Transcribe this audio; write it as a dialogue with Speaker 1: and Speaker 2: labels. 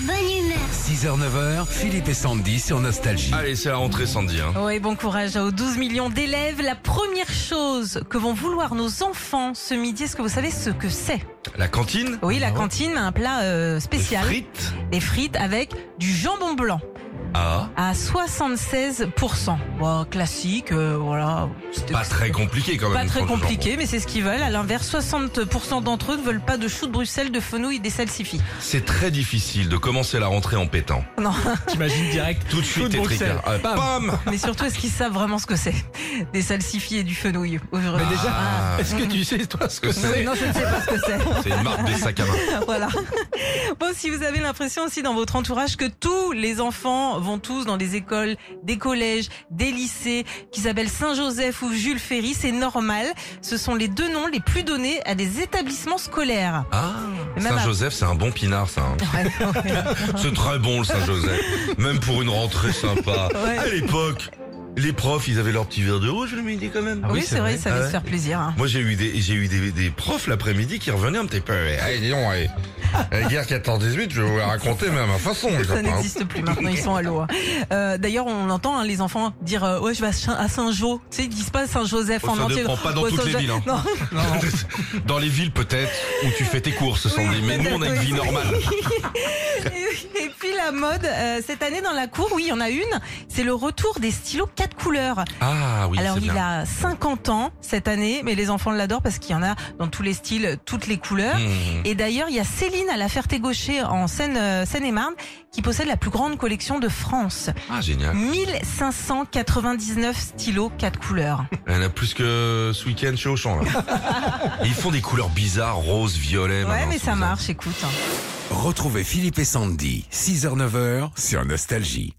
Speaker 1: Bonne humeur.
Speaker 2: 6h, 9h, Philippe et Sandy sur Nostalgie.
Speaker 3: Allez, c'est la rentrée Sandy. Hein.
Speaker 4: Oui, bon courage aux 12 millions d'élèves. La première chose que vont vouloir nos enfants ce midi, est-ce que vous savez ce que c'est
Speaker 3: La cantine
Speaker 4: Oui, la cantine a un plat euh,
Speaker 3: les
Speaker 4: spécial.
Speaker 3: Ah frites
Speaker 4: Des frites avec du jambon blanc
Speaker 3: Ah,
Speaker 4: à 76%. Bon, classique, euh, voilà. C'était-
Speaker 3: pas très compliqué quand même.
Speaker 4: Pas très
Speaker 3: pour le
Speaker 4: compliqué, mais c'est ce qu'ils veulent. À l'inverse, 60% d'entre eux ne veulent pas de choux de Bruxelles, de fenouil et des salsifis.
Speaker 3: jambon. C'est très difficile de commencer la rentrée en pétant.
Speaker 4: Non.
Speaker 5: Ah, T'imagines direct
Speaker 3: Tout de suite, t'es trigger.
Speaker 5: Bruxelles.
Speaker 3: Ah,
Speaker 5: Bam.
Speaker 3: Pam
Speaker 4: Mais surtout, est-ce qu'ils savent vraiment ce que c'est Des salsifis et du fenouil
Speaker 5: Mais
Speaker 4: aujourd'hui.
Speaker 5: déjà,
Speaker 3: Ah.
Speaker 5: est-ce que tu sais toi ce que c'est
Speaker 4: Non, je ne sais pas ce que c'est.
Speaker 3: C'est une marque des sacs à main.
Speaker 4: voilà. Bon, si vous avez l'impression aussi dans votre entourage que tous les enfants vont tous dans des écoles, des collèges, des lycées, qui s'appellent Saint-Joseph ou Jules Ferry, c'est normal. Ce sont les deux noms les plus donnés à des établissements scolaires.
Speaker 3: Ah,
Speaker 4: Et même
Speaker 3: Saint-Joseph, c'est un bon pinard, ça. hein. C'est très bon, le Saint-Joseph. Même pour une rentrée sympa.
Speaker 4: Ouais.
Speaker 3: À l'époque, les profs, ils avaient leur petit verre de rouge le midi quand même.
Speaker 4: oui, c'est vrai, ça va
Speaker 3: Ah
Speaker 4: se
Speaker 3: ouais.
Speaker 4: faire plaisir. hein.
Speaker 3: Moi, j'ai eu des, j'ai eu des, des profs l'après-midi qui revenaient un petit peu. Eh, Allez, dis donc, eh, la guerre 14-18, je vais vous la raconter même à façon. les
Speaker 4: Ça
Speaker 3: copains.
Speaker 4: n'existe plus maintenant, ils sont à l'eau. hein. Euh, D'ailleurs, on entend hein, les enfants dire euh, Ouais, je vais à Saint- à Saint-Jo. Tu sais, ils disent pas Saint-Joseph
Speaker 3: Oh,
Speaker 4: en
Speaker 3: ça
Speaker 4: entier.
Speaker 3: dépend pas dans
Speaker 4: Ouais,
Speaker 3: toutes les
Speaker 4: Saint-Jo-
Speaker 3: villes, hein.
Speaker 4: Non,
Speaker 3: Dans les villes, peut-être, où tu fais tes courses, Sandy. Mais nous, on a une vie normale.
Speaker 4: Et et puis la mode, euh, cette année dans la cour, oui, il y en a une, c'est le retour des stylos quatre couleurs.
Speaker 3: Ah oui,
Speaker 4: Alors
Speaker 3: c'est
Speaker 4: il
Speaker 3: bien.
Speaker 4: a 50 ans cette année, mais les enfants l'adorent parce qu'il y en a dans tous les styles, toutes les couleurs.
Speaker 3: Mmh.
Speaker 4: Et d'ailleurs, il y a Céline à la Ferté-Gaucher en Seine- euh, Seine-et-Marne qui possède la plus grande collection de France.
Speaker 3: Ah, génial.
Speaker 4: 1599 stylos quatre couleurs.
Speaker 3: Elle a plus que ce week-end chez Auchan, là. Et ils font des couleurs bizarres, rose, violet.
Speaker 4: Ouais,
Speaker 3: maintenant,
Speaker 4: mais
Speaker 3: c'est
Speaker 4: ça
Speaker 3: bizarre.
Speaker 4: marche, écoute. hein.
Speaker 2: Retrouvez Philippe et Sandy, 6h, 9h sur Nostalgie.